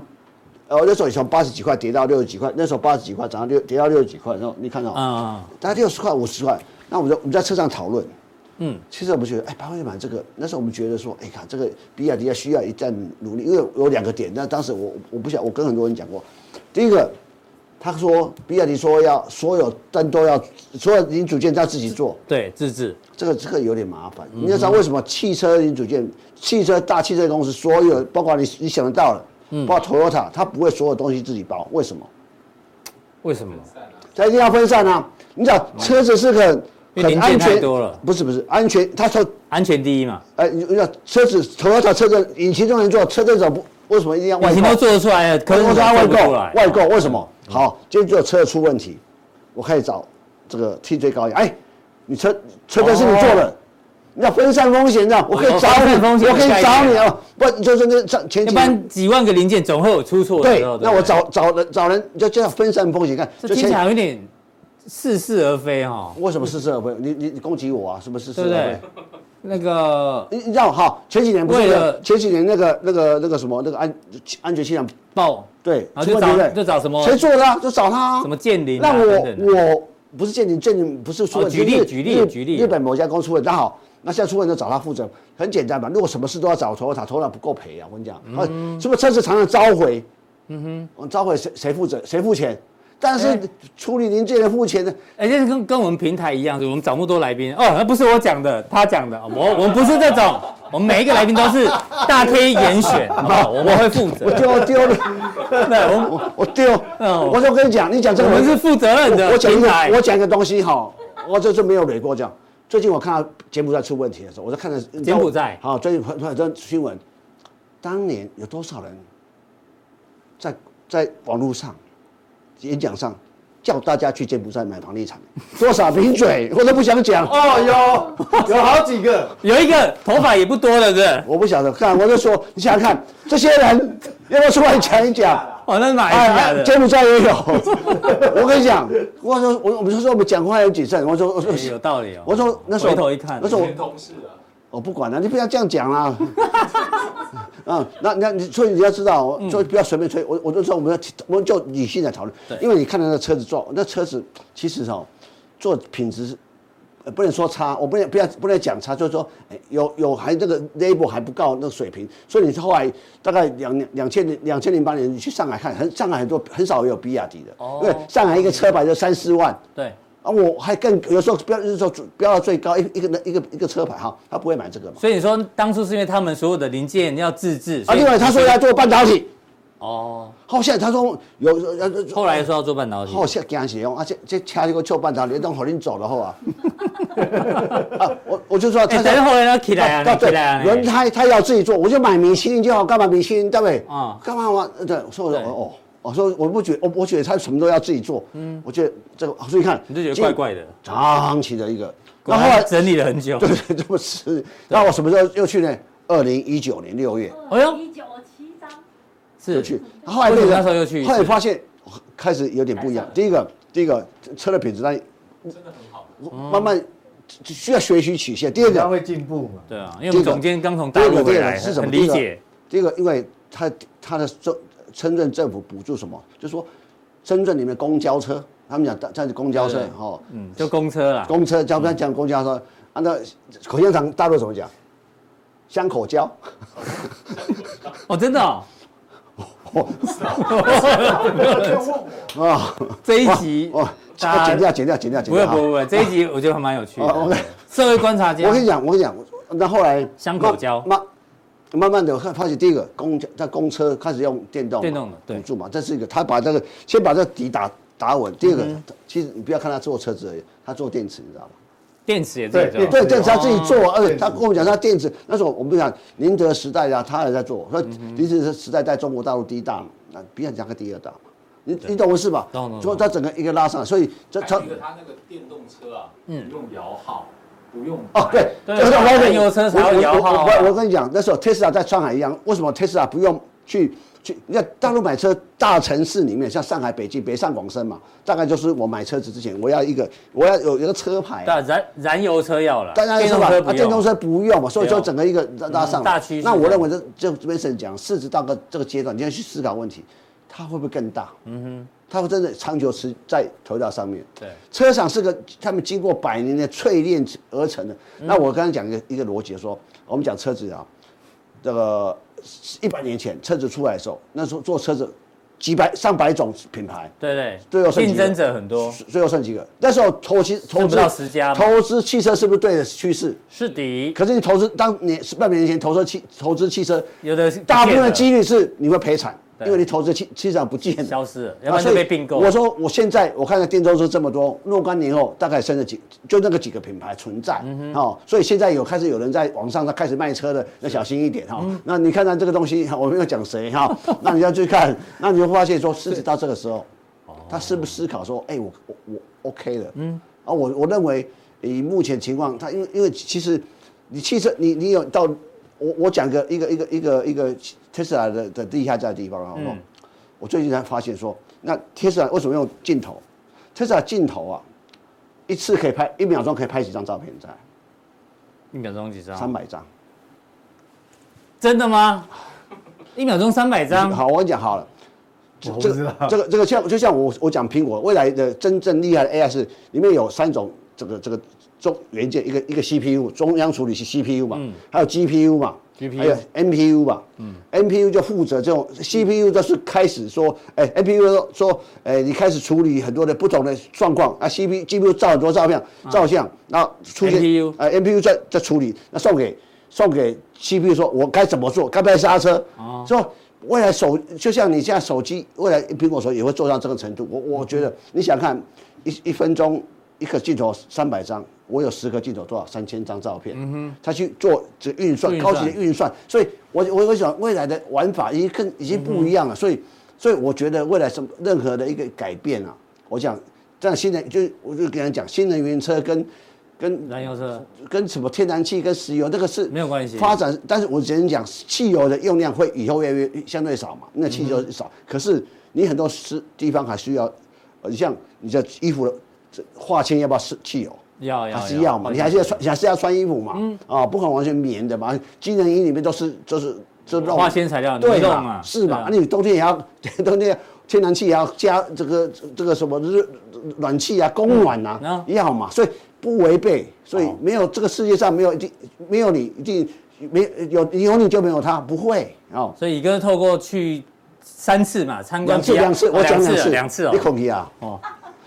呃，那时候也从八十几块跌到六十几块，那时候八十几块涨到六跌到六十几块，然后你看到、
哦，啊，
大概六十块五十块，那我们就我们在车上讨论。
嗯，
其实我们觉得，哎，巴菲特买这个，那时候我们觉得说，哎，看这个比亚迪要需要一再努力，因为有两个点。那当时我我不想，我跟很多人讲过，第一个，他说比亚迪说要所有灯都要，所有零组件都要自己做，
对，自治，
这个这个有点麻烦。你要知道为什么汽车零组件，汽车大汽车公司所有，包括你你想得到
嗯
的，包括 Toyota，它不会所有东西自己包，为什么？
为什么？
它一定要分散啊！你知道车子是个
因为
很
零件
很安
太
全，
多了
不是不是安全，它说
安全第一嘛，
哎，你要车子，Toyota 车子引擎都能做，车子怎么不为什么一定要外
引
购
擎？都做得出来了，可是
我
你
说它
做
外
不
购
出来，，
外购为什么？好，今天只有车出问题，我开始找这个替罪羔羊。哎，你车车灯是你做的，你要分散风险的，我可以
哦
找
分
你
散，风险
我可
的概
以找
念
你啊，不就是那上前
要
几
不然几万个零件总会有出错的
对
时候。，对
那
不
我
对
找找人找人就这样分散风险，看
这
就
听
前
起来有点似是而非哈、
为什么是这分？你你你攻击我啊？是不是是
对不对？那个
你你知道好，前几年不
为
是
了
前几年那个那个那个什么那个安安全气囊
报
对，
然后
出
啊就
问题
找
对不对
就找什么
谁做的、啊？就找他、啊。
什么剑灵啊
那
等
我
等的，
我不是鉴定，鉴定不是出问题。
哦举例
日
举例
日
举例
日本某家公司出问题，那好，那现在出问题就找他负责，很简单嘛。如果什么事都要找 Toyota，Toyota 不够赔啊！我跟你讲，
嗯
啊，是不是车子常常召回？嗯哼，召回谁谁负责？谁付钱？但是
哎
处理零件的付钱呢？
哎，这是跟跟我们平台一样，我们找那么多来宾哦，那不是我讲的，他讲的，我我们不是这种，我们每一个来宾都是大 K 严 选，好不好？我们会负责
我，丢丢 了，
对，我们
我我丢。
嗯
我就跟你讲，你讲这
我
个
们是负责任
我
的
我讲一
平
个
台，，
我讲一个东西哈，我这是没有累过这样。最近我看到柬埔寨出问题的时候，我在看到
柬埔寨
好，最近突然间新闻，当年有多少人在在网络上、演讲上叫大家去柬埔寨买房地产，多少名嘴我都不想讲。
哦，有有好几个，
有一个头发也不多了，是不是？
我不晓得，看我就说，你想想看，这些人要不要出来讲 一讲？
哦，那是马来西亚
哎，哎
的，
柬埔寨也有。 我跟你讲，我说我我们就说我们讲话有谨慎，我说我说
哎有道理哦。
我说那时候
回头一看
那时候我
前同事啊，
我不管了，你不要这样 讲啦。嗯，那那你所以你要知道，
嗯
我所以不要随便吹。我我就说我们要我们就理性来讨论
对，
因为你看到那车子做，那车子其实哦，做品质是呃不能说差，我不能不要不能讲差，就是说哎有有还这个 label 还不够那个水平，所以你后来大概两两两千零两千零八年你去上海看，很上海很多很少有比亚迪的，
哦
因为上海一个车牌就三四万。
对，
啊、啊，我还更有时候标就是说标到最高一一个一个一个车牌哈，他不会买这个嘛。
所以你说当初是因为他们所有的零件要自制，
啊，
所以
另外他说要做半导体，
哦，
好现在他说有要
后来说要做半导体，
好现在惊死哦，啊这这车这个做半导体，当互恁走了后啊， 啊我我就说
哎，
他
等一下后来要起来
啊
啊，起来啊，
轮
你
胎他要自己做，我就买米其林就好，干嘛米其林对不对？
啊
啊，干嘛我对，所以我说
对
哦，我说我不觉，我我觉得他什么都要自己做，嗯，我觉得这个，所以看
你就觉得怪怪的。
长期的一个，
果
那后来
然整理了很 久，
对对这么是，那我什么时候又去呢？二零一九年六月
哎呦
一九七张，
就是去，后来
为什么那
变成
时候又去一次
后来发现开始有点不一样。第一个，第一个车的品质，那
真的很好。
慢慢需要学习曲线。第二个
它，会进步嘛？
对啊，因为我们总监刚从大
第
陆
二个
回
第二
来，
个是什么
很理解，
第一个，因为他他的政深圳政府补助什么，就说深圳里面公交车，他们讲这样子公交车
对
哦，
嗯，就公车啦，
公车，交通讲公交车，啊按照口香糖大陆怎么讲？香口胶，
哦，真的哦，
啊、
这一集
哦，
大家
剪掉，剪掉，剪掉，剪
不会
掉。
不会
好
不会，这一集我觉得还蛮有趣
哦
的
，OK，
社会观察家
我跟，你讲，我跟你讲，那后来
香口胶
慢慢慢慢的看发现，第一个公在公车开始用电动嘛
电动的对
补助嘛，这是一个他把这个先把这个底打打稳。第二
嗯
个，其实你不要看他做车子而已，他做电池，你知道吗？
电池也在
对
做
电，
对，电池他自己
哦
做，而且
电池
他跟我们讲，他电池那时候我们讲宁德时代啊，他也在做，说
嗯
宁德时代在中国大陆第一大嘛，那别人讲个第二大嘛，你你懂我意思吧
懂懂？
所以他整个一个拉上来，所以这
还
他
有一个他那个电动车啊，
嗯
不用摇号，不用
哦对，
对
这个我跟
燃
你
油车才会摇号啊
我我我我跟你讲，那时候 Tesla 在上海一样，为什么 Tesla 不用去？去你看大陆买车，大城市里面像上海、北京、北上广深嘛，大概就是我买车子之前，我要一个，我要有一个车牌啊、
对啊，燃燃油车要了，
大家
电
是
动
吧
车？
啊，
不
电动
用，
车不用嘛，所以
不用
就整个一个拉拉上
嗯
来、
大趋势
那我认为这就这边是讲，市值到个这个阶段，你要去思考问题，它会不会更大？嗯哼，它会真的长久持在头条上面。
对，
车厂是个他们经过百年的淬炼而成的。
嗯
那我刚才讲一个一个逻辑说，我们讲车子啊，这个一百年前车子出来的时候，那时候做车子几百上百种品牌，
对
最
对，
后剩几
竞
个
争者很多，
最后剩几个？那时候投资投
剩
资
不到十家嘛
投资汽车是不是对的趋势？
是的，
可是你投资当年十半年前投资汽投资汽车，
有的是
大部分的
不见了
几率是你会赔惨，
对
因为你投资汽汽车不见了，
消失了，要不
啊
然
所
就
以
被并购。
我说我现在我看到电动车这么多，若干年后大概剩了几，就那个几个品牌存在，
嗯
哦，所以现在有开始有人在网上他开始卖车的，要小心一点哈、
嗯
那你看看这个东西， 我没有讲 谁哈，那你要去看，那你就发现说，甚至到这个时候，他是不是思考说，哎、我我我 OK 了，嗯，啊，我我认为以目前情况，他因为因为其实你汽车你你有到。我我讲个一个一个一个一个 Tesla 的的地下价的地方啊，我说
嗯
我最近才发现说，那 Tesla 为什么用镜头？Tesla 镜头啊，一次可以拍一秒钟可以拍几张照片在？
一秒钟几张？
三百张。
真的吗？一秒钟三百张，
好，我跟你讲好了。这
我不
这
知
个
道
这个这个像就像我我讲苹果未来的真正厉害的 AI 是里面有三种这个这个中元件，一个一个 CPU 中央处理器 CPU 嘛，还有 GPU 嘛
GPU
还有 NPU 吧，嗯，NPU 就负责这种 CPU 就是开始说，哎、n p u 说说，哎、你开始处理很多的不同的状况啊，CPU GPU 照很多照片照相，然后出现
NPU
哎、n p u 在在处理，那送给送给 CPU 说，我该怎么做，该不该刹车？哦，说未来手就像你现在手机，未来苹果手也会做到这个程度。我我觉得你想看一一分钟一个镜头三百张，我有十个镜头多少三千张照片，嗯哼，他去做这运算，
运算
高级的运算，所以我我我想未来的玩法已经更已经不一样了，所以所以我觉得未来什么任何的一个改变啊，我讲这样新能就我就跟人讲新能源车跟跟
燃油车
跟什么天然气、跟石油那个是
没有关系
发展，但是我只能讲，汽油的用量会以后越来越相对少嘛，那汽油少，
嗯
可是你很多是地方还需要，呃，像你的衣服的这化纤要不要是汽油？
要要嗯
还是要嘛，你还是要穿，你还是要穿衣服嘛，啊、不可能完全棉的嘛，机能衣里面都是都是这肉
花仙材料，
对
你弄
嘛
啊，，
是嘛？啊
对啊
你冬天也要 冬天天然气也要加这个这个什么热暖气啊、供暖啊，
嗯啊哦
要嘛，所以不违背，所以
好
没有这个世界上没有一定没有你一定没有有你就没有他，不会哦。
所以哥透过去三次嘛，参观
两次
比亚
两次，我讲
哦
两次，
两次
你
哦，
恐惧啊？
哦，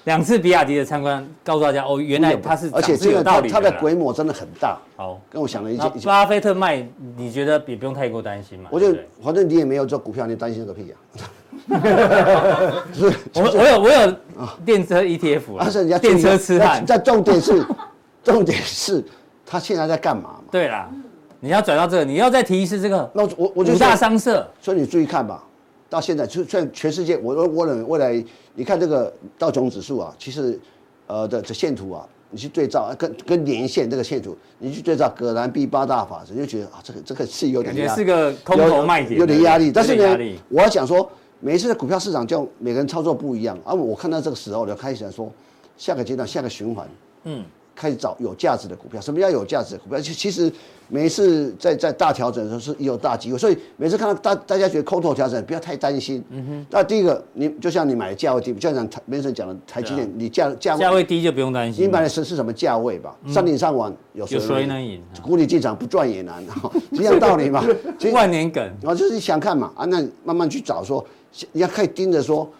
两次比亚迪的参观，告诉大家哦，原来它是
而且
这
这
有
个
道
它
理
它
的
的
啦。
规模真的很大，
好，
跟我想的一
那
些一些。
巴菲特卖，你觉得也不用太过担心嘛？
我就
对不对
反正你也没有做股票，你担心个屁呀、啊
我我有我有电车 ETF，
啊啊！而
啦
且人家
电车痴
吃
汉
但。但重点是，重点是他现在在干嘛嘛？
对啦，你要转到这个，你要再提一次这个
那我我就
五大
说
商社，
所以你注意看吧，到现在就算全世界，我说我认为未来，你看这个道琼指数啊，其实呃的这线图啊，你去对照跟跟年线这个线图，你去对照葛兰碧八大法则，你就觉得啊，这个这个是有
感
点
觉
压
是个空
有
头卖点，
有点压力。但是
有点压
呢
力，
我要讲说，每一次的股票市场就每个人操作不一样啊。我看到这个时候，我就开始想说，下个阶段、下个循环，
嗯，
开始找有价值的股票。什么叫有价值的股票？其其实每一次在在大调整的时候是有大机会，所以每次看到大大家觉得空头调整，不要太担心。嗯哼。那第一个，你就像你买的价位低，就像台梅森讲的台积
对
电
啊，
你价价
价
位。
位低就不用担
你
心
买
嘛。
的是是什么价位吧？山顶上网
有
有
谁
谁
能赢啊
股里进场不赚也难，哈一样道 理嘛。其实哦
万年梗，
然后就是想看嘛，啊，那你慢慢去找说，你要可以盯着说，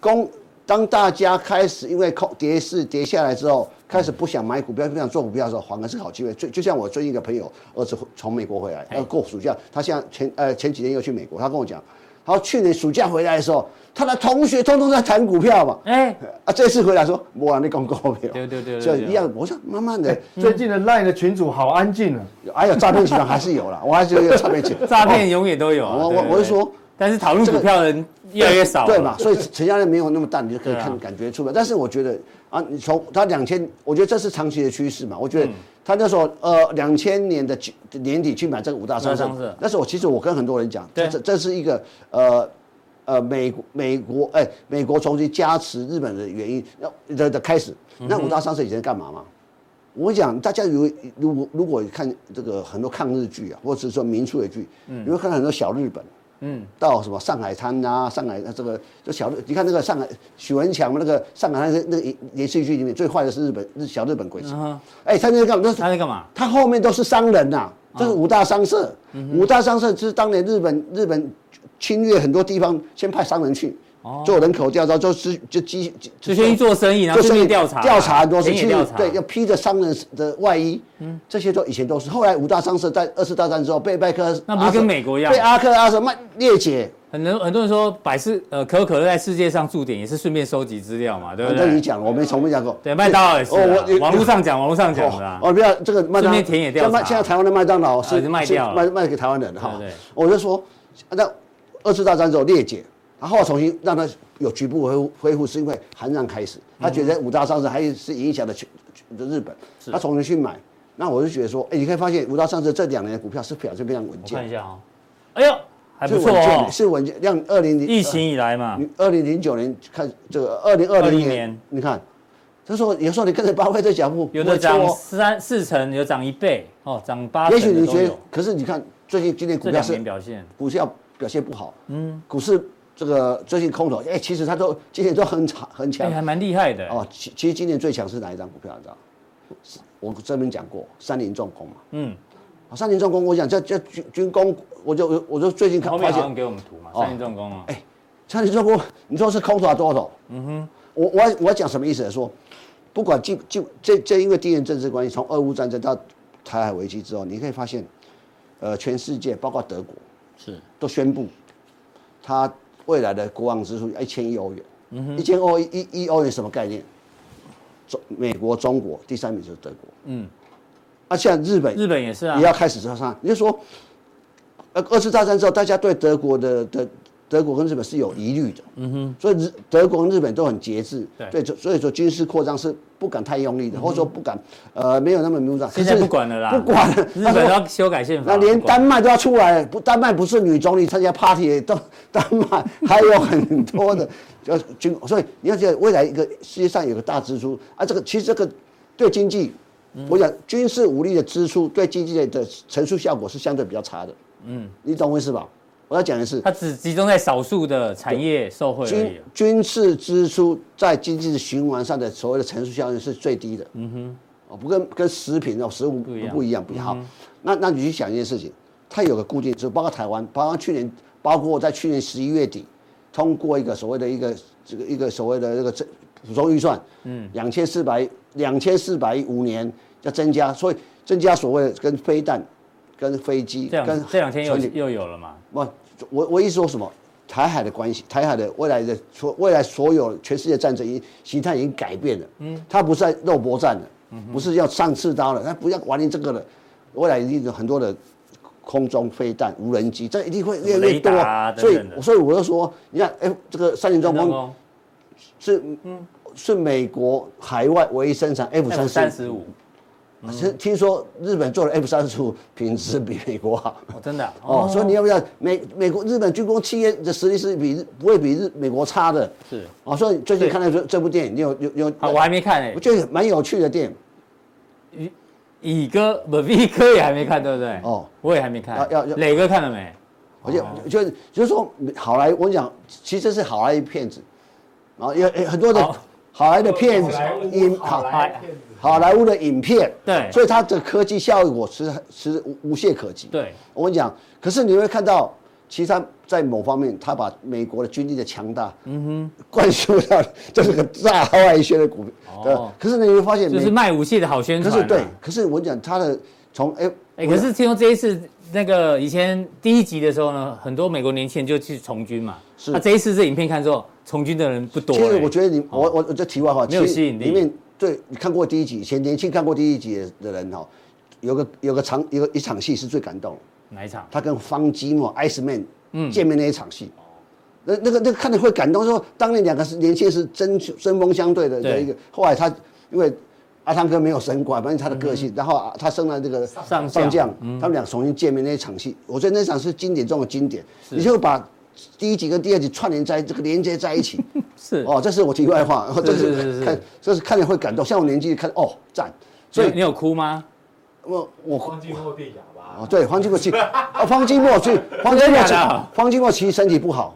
公当大家开始因为空跌势跌下来之后，开始不想买股票、不想做股票的时候，反而是好机会。就就像我最近一个朋友儿子从美国回来，
哎
要过暑假，他现在前呃前几天又去美国，他跟我讲，他说去年暑假回来的时候，他的同学通通在谈股票嘛，
哎，
啊，这次回来说我让你讲股票，
对对对对
就
对
一样，我想慢慢的，
最近的 LINE 的群主好安静啊，
哎呀，诈骗集团还是有了，我还是有诈骗 集团，
诈骗永远都有啊。
我
对
我
不对
我是说。
但是讨论
这个
股票的人越来越少了，
对嘛？所以成交量没有那么大，你就可以
对啊
看、感觉出来。但是我觉得啊，你从它两千，我觉得这是长期的趋势嘛。我
嗯
觉得他那时候呃，两千年的九年底去买这个五大商
五大商社
社，那时候我其实我跟很多人讲，
对
这这这是一个呃。呃，美国美国哎、美国重新加持日本的原因，那的的开始，
嗯
那五大商社以前干嘛嘛？我讲大家如如果如果看这个很多抗日剧啊，或者是说民粹的剧，你会看到很多小日本，
嗯，
到什么上海滩啊，上海这个这小日，你看那个上海许文强那个上海滩那那个连续剧里面最坏的是日本日小日本鬼子
嗯哼，
哎，他那个干嘛？那是
他在啊干嘛？
他后面都是商人呐、这是五大商社。
嗯
五大商社就是当年日本日本侵略很多地方，先派商人去做人口调查，做资就基
哦就先去做生意，然后顺便调查啊
调查很多事
田野
情
调，查，啊嗯
对，要披着商人的外衣，这些都以前都是。后来五大商社在二次大战之后被麦克，
那不是跟美国一样
被阿克阿什曼列解，
很多很多人说百事呃可口可乐在世界上驻点也是顺便收集资料嘛，对
我
不
啊跟你
对？
讲，我没从没讲过。
对，麦当劳也是
哦
啊，
我
网络上讲，网络上讲的啊。
哦，不要这个麦
顺
当
便田野调查
像麦现在台湾的麦当劳
啊已
是
经卖掉了
是卖卖给台湾人的哈
对对。
我就说，啊那二次大战之后裂解，然后重新让它有局部恢复恢复，是因为韩战开始，他觉
嗯
得五大商社还是影响了全全日本，他重新去买。那我就觉得说，哎，你可以发现五大商社这两年的股票是表现非常稳
我看
健
一，下哦，哎呦，还
是
不错
稳健
哦
的，。是稳健。让二零零
疫情以来嘛，
二零零九年看这个二零二零
20
年
年，
你看，他说有时候你跟着巴菲特脚步，
有
不
的
会错
涨
哦
三四成，有涨一倍哦，涨八成
也
的都
许
有。
你觉得，可是你看最近今年股
这
票
两
是
年表现，
股票表现不好，嗯，股市这个最近空头，哎、其实它都今年都很强很
哎、
强、
还蛮厉害的、
哦。其其实今年最强是哪一张股票？你知道？是我这边讲过三菱重工嘛，
嗯，
啊三菱重工，我讲这这军军工，我就我就最近看
后
发
面好像
现
给我们图嘛，
哦
三菱重工啊，
哎三菱重工，你说是空头还是多头？嗯哼，我我要我要讲什么意思？说不管就就这这因为地缘政治关系，从俄乌战争到台海危机之后，你可以发现，呃，全世界包括德国。
是
都宣布，他未来的国王支出一千亿欧元，一千欧一一欧元什么概念？中美国、中国第三名就是德国，嗯，啊，现在日本
日本也是啊
也，要开始上上，也就是说，呃，二次大战之后，大家对德国的的德国跟日本是有疑虑的，嗯哼，所以日德国跟日本都很节制，
对嗯
对，所以说军事扩张是不敢太用力的，或者说不敢呃没有那么明目张胆。
现在
可是
不管了啦
不管了，
日
他说
本要修改宪法，
那连
不管
丹麦都要出来了，不，丹麦不是女总理参加 party 也都，丹麦还有很多 的，就军，所以你要觉得未来一个世界上有个大支出啊，这个其实这个对经济，
嗯
我讲军事武力的支出对经济的乘数效果是相对比较差的，嗯，你懂我意思吧？我要讲的是
它只集中在少数的产业受惠而已
军
啊、
军事支出在经济循环上的所谓的乘数效应是最低的，嗯哼，哦，不跟跟食品哦食物
不一样嗯
不一样，不一样。好那那你去想一件事情，它有个固定支出，包括台湾，包括去年，包括在去年十一月底通过一个所谓的一个这个一个所谓的这个政补充预算，嗯，两千四百两千四百五年要增加，所以增加所谓的跟飞弹、跟飞机、
这
跟
两这两天又
船
又有了嘛？
不，我我意思说什么？台海的关系，台海的未来的所未来所有全世界战争已形态已经改变了。嗯，它不是在肉搏战了，
嗯
不是要上刺刀了，它不要玩你这个了。未来一定有很多的空中飞弹、无人机，这一定会越来越多。
雷达啊等
所以
等，的
所以我就说，你看，哎、这个三菱重工
哦
是是美国海外唯一生产 F
，F
三
三
十
十嗯五，
五，是听说日本做的 F 三十五品质比美国好。
哦，真的啊
哦，所以你要不要美美国日本军工企业的实力是比日不会比日美国差的
是
哦，所以最近
对
看到这这部电影，你有有有，
啊，我还没看诶
我，觉得蛮有趣的电影，
乙哥不，V 哥也还没看，对不对？
哦
哦，我也还没看
要要要，
磊哥看了没？
我就就就是说好莱，我讲其实是好莱坞骗子，然后有有很多的
好
好莱坞的骗子影
好
好
来骗子，
好莱坞的影片，
对
所以它的科技效果是是无无懈可击。
对，
我跟你讲，可是你会看到，其实他在某方面，他把美国的军力的强大，嗯哼，灌输到这是个大外宣的股票。
哦
哦，可是你会发现美，
就是卖武器的好宣
可
传啊。
是对，可是我讲他的从哎，
哎，可是听说这一次那个以前第一集的时候呢，很多美国年轻人就去从军嘛。啊
是
那这一次这影片看之后，从军的人不多
其实
欸。
我觉得你，我我我这题外话，
没有
其实
吸引力
里面对你看过第一集，以前年轻看过第一集的人哈、哦，有个有个场有个一场戏是最感动的。
哪一场？
他跟方基莫 Ice Man
嗯
见面那一场戏，那那个那个看着会感动，说当年两个是年轻是针针锋相对的
对
的一个，后来他因为阿汤哥没有升官，反正他的个性，然后啊他升了这个
嗯上
上
将嗯
将，他们俩重新见面那一场戏，我觉得那场是经典中的经典，你就把第一集跟第二集串联在这个连接在一起，
是
哦，这是我题外话， 这
是是是是
看这是看着会感动，像我年纪看哦赞，所
所以
以
你有哭吗？
我我
光进后地哑巴，
哦，对，方金 墨其啊，方金墨其方金墨
真的
其
假的
方金墨其实身体不好，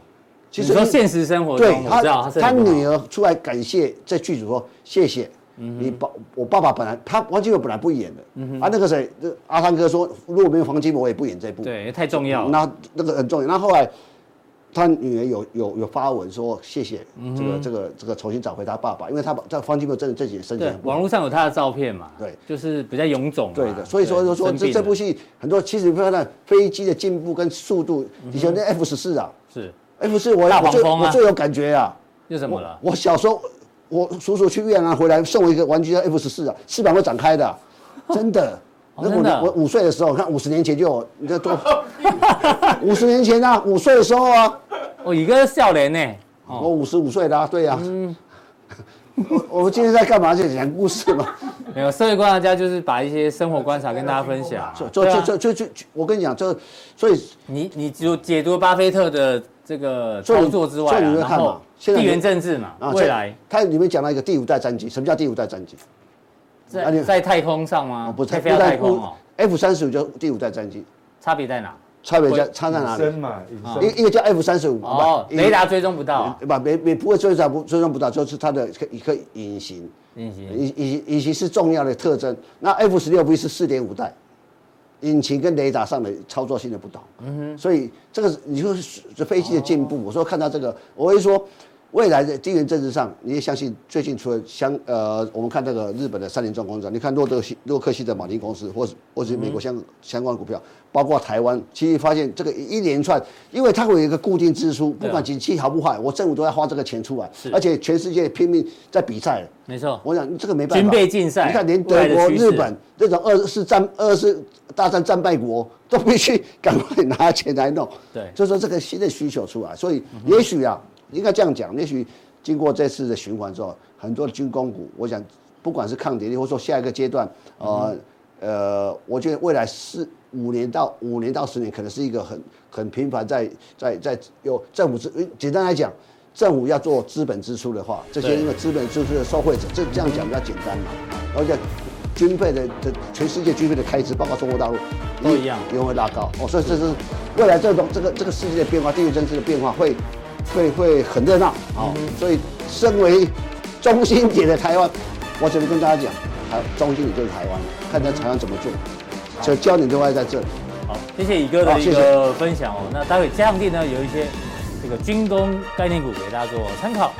其
你
实
说现实生活
对
中，我知道他
他
是
他
很不好
女儿出来感谢在剧组说谢谢。
嗯
你爸，我爸爸本来他方金墨本来不演的，啊，那个谁，那阿汤哥说如果没有方金墨，我也不演这部。
对太重要了。
那那个很重要。那后来他女儿有有有发文说谢谢
嗯
这个这个这个重新找回他爸爸，因为他把这方金墨真的这几年身体
对
很，不好
网络上有他的照片嘛？
对，
就是比较臃肿嘛。
对的，所以说就说
啊生病
这
了
这部戏很多，其实你看到飞机的进步跟速度，以前那 F 十四啊
是
，F 四我
嗯大
我最
黄蜂啊
我最有感觉啊，
又怎么了？
我小时候我叔叔去越南回来送我一个玩具叫 F 十四啊，翅膀会展开的啊，真的。
哦
那
真的啊
我我五岁的时候，看五十年前就有，你这多， 五十年前啊，五岁的时候啊，
哦，宇哥笑脸呢？
我五十五岁的啊，对呀、啊。
嗯
我我们今天在干嘛？就讲故 事嘛。
没有，社会观察家就是把一些生活观察跟大家分享啊。
就就
对啊
就就就，就我跟你讲，就所以
你你只有解读巴菲特的这个
所以
操作之外啊，
所以你会
然
看嘛
后
现在
地
你
缘政治嘛，未来
啊它里面讲到一个第五代战机，什么叫第五代战机？啊
在
你
在太空上吗？
啊，不是
在飞到太空哦，
，F 三十五叫第五代战机，
差别在哪？
差别在
会
差在哪
隐
里？
身嘛，隐身。
一一个叫 F 三十五，
哦，
一个
雷达追踪不到啊，
对吧？没没不会追查不追踪不到，就是它的一个一个隐形，
隐形
隐隐隐形是重要的特征。那 F 十六 V 是四点五代，引擎跟雷达上的操作性的不同，所以这个你说是这飞机的进
哦
步，我说看到这个，我会说。未来的地缘政治上，你也相信最近除了香呃，我们看这个日本的三菱重工厂，你看洛德西洛克希的马林公司，或是或是美国
嗯
相相关股票，包括台湾，其实发现这个一一连串，因为它会有一个固定支
啊
出，不管景气好不坏，我政府都要花这个钱出来，而且全世界拼命在比赛了。
没错，
我想这个没办法，
军备竞赛
你看连德
未来的
国、
趋势
日本这种二次战、二次大战战败国都必须 赶快拿钱来弄。
对
所以说这个新的需求出来，所以也许啊，应该这样讲，也许经过这次的循环之后，很多的军工股，我想不管是抗跌力，或者说下一个阶段，呃、呃，我觉得未来四五年到五年到十年，可能是一个很很频繁在在在有政府资，简单来讲。政府要做资本支出的话，这些
对
因为资本支出的受惠者，这这样讲比较简单嘛。而且军费的的全世界军费的开支，包括中国大陆
都一样
也会拉高哦，所以这是未来这种这个这个世界的变化，地缘政治的变化会会会很热闹哦。
嗯
所以，身为中心点的台湾，我只能跟大家讲，台中心点就是台湾，看在台湾怎么做，所以焦点都会在这里。
好，谢谢乙哥的
好
一
谢谢
个分享哦。那待会嘉阳店呢有一些这个军工概念股给大家做参考。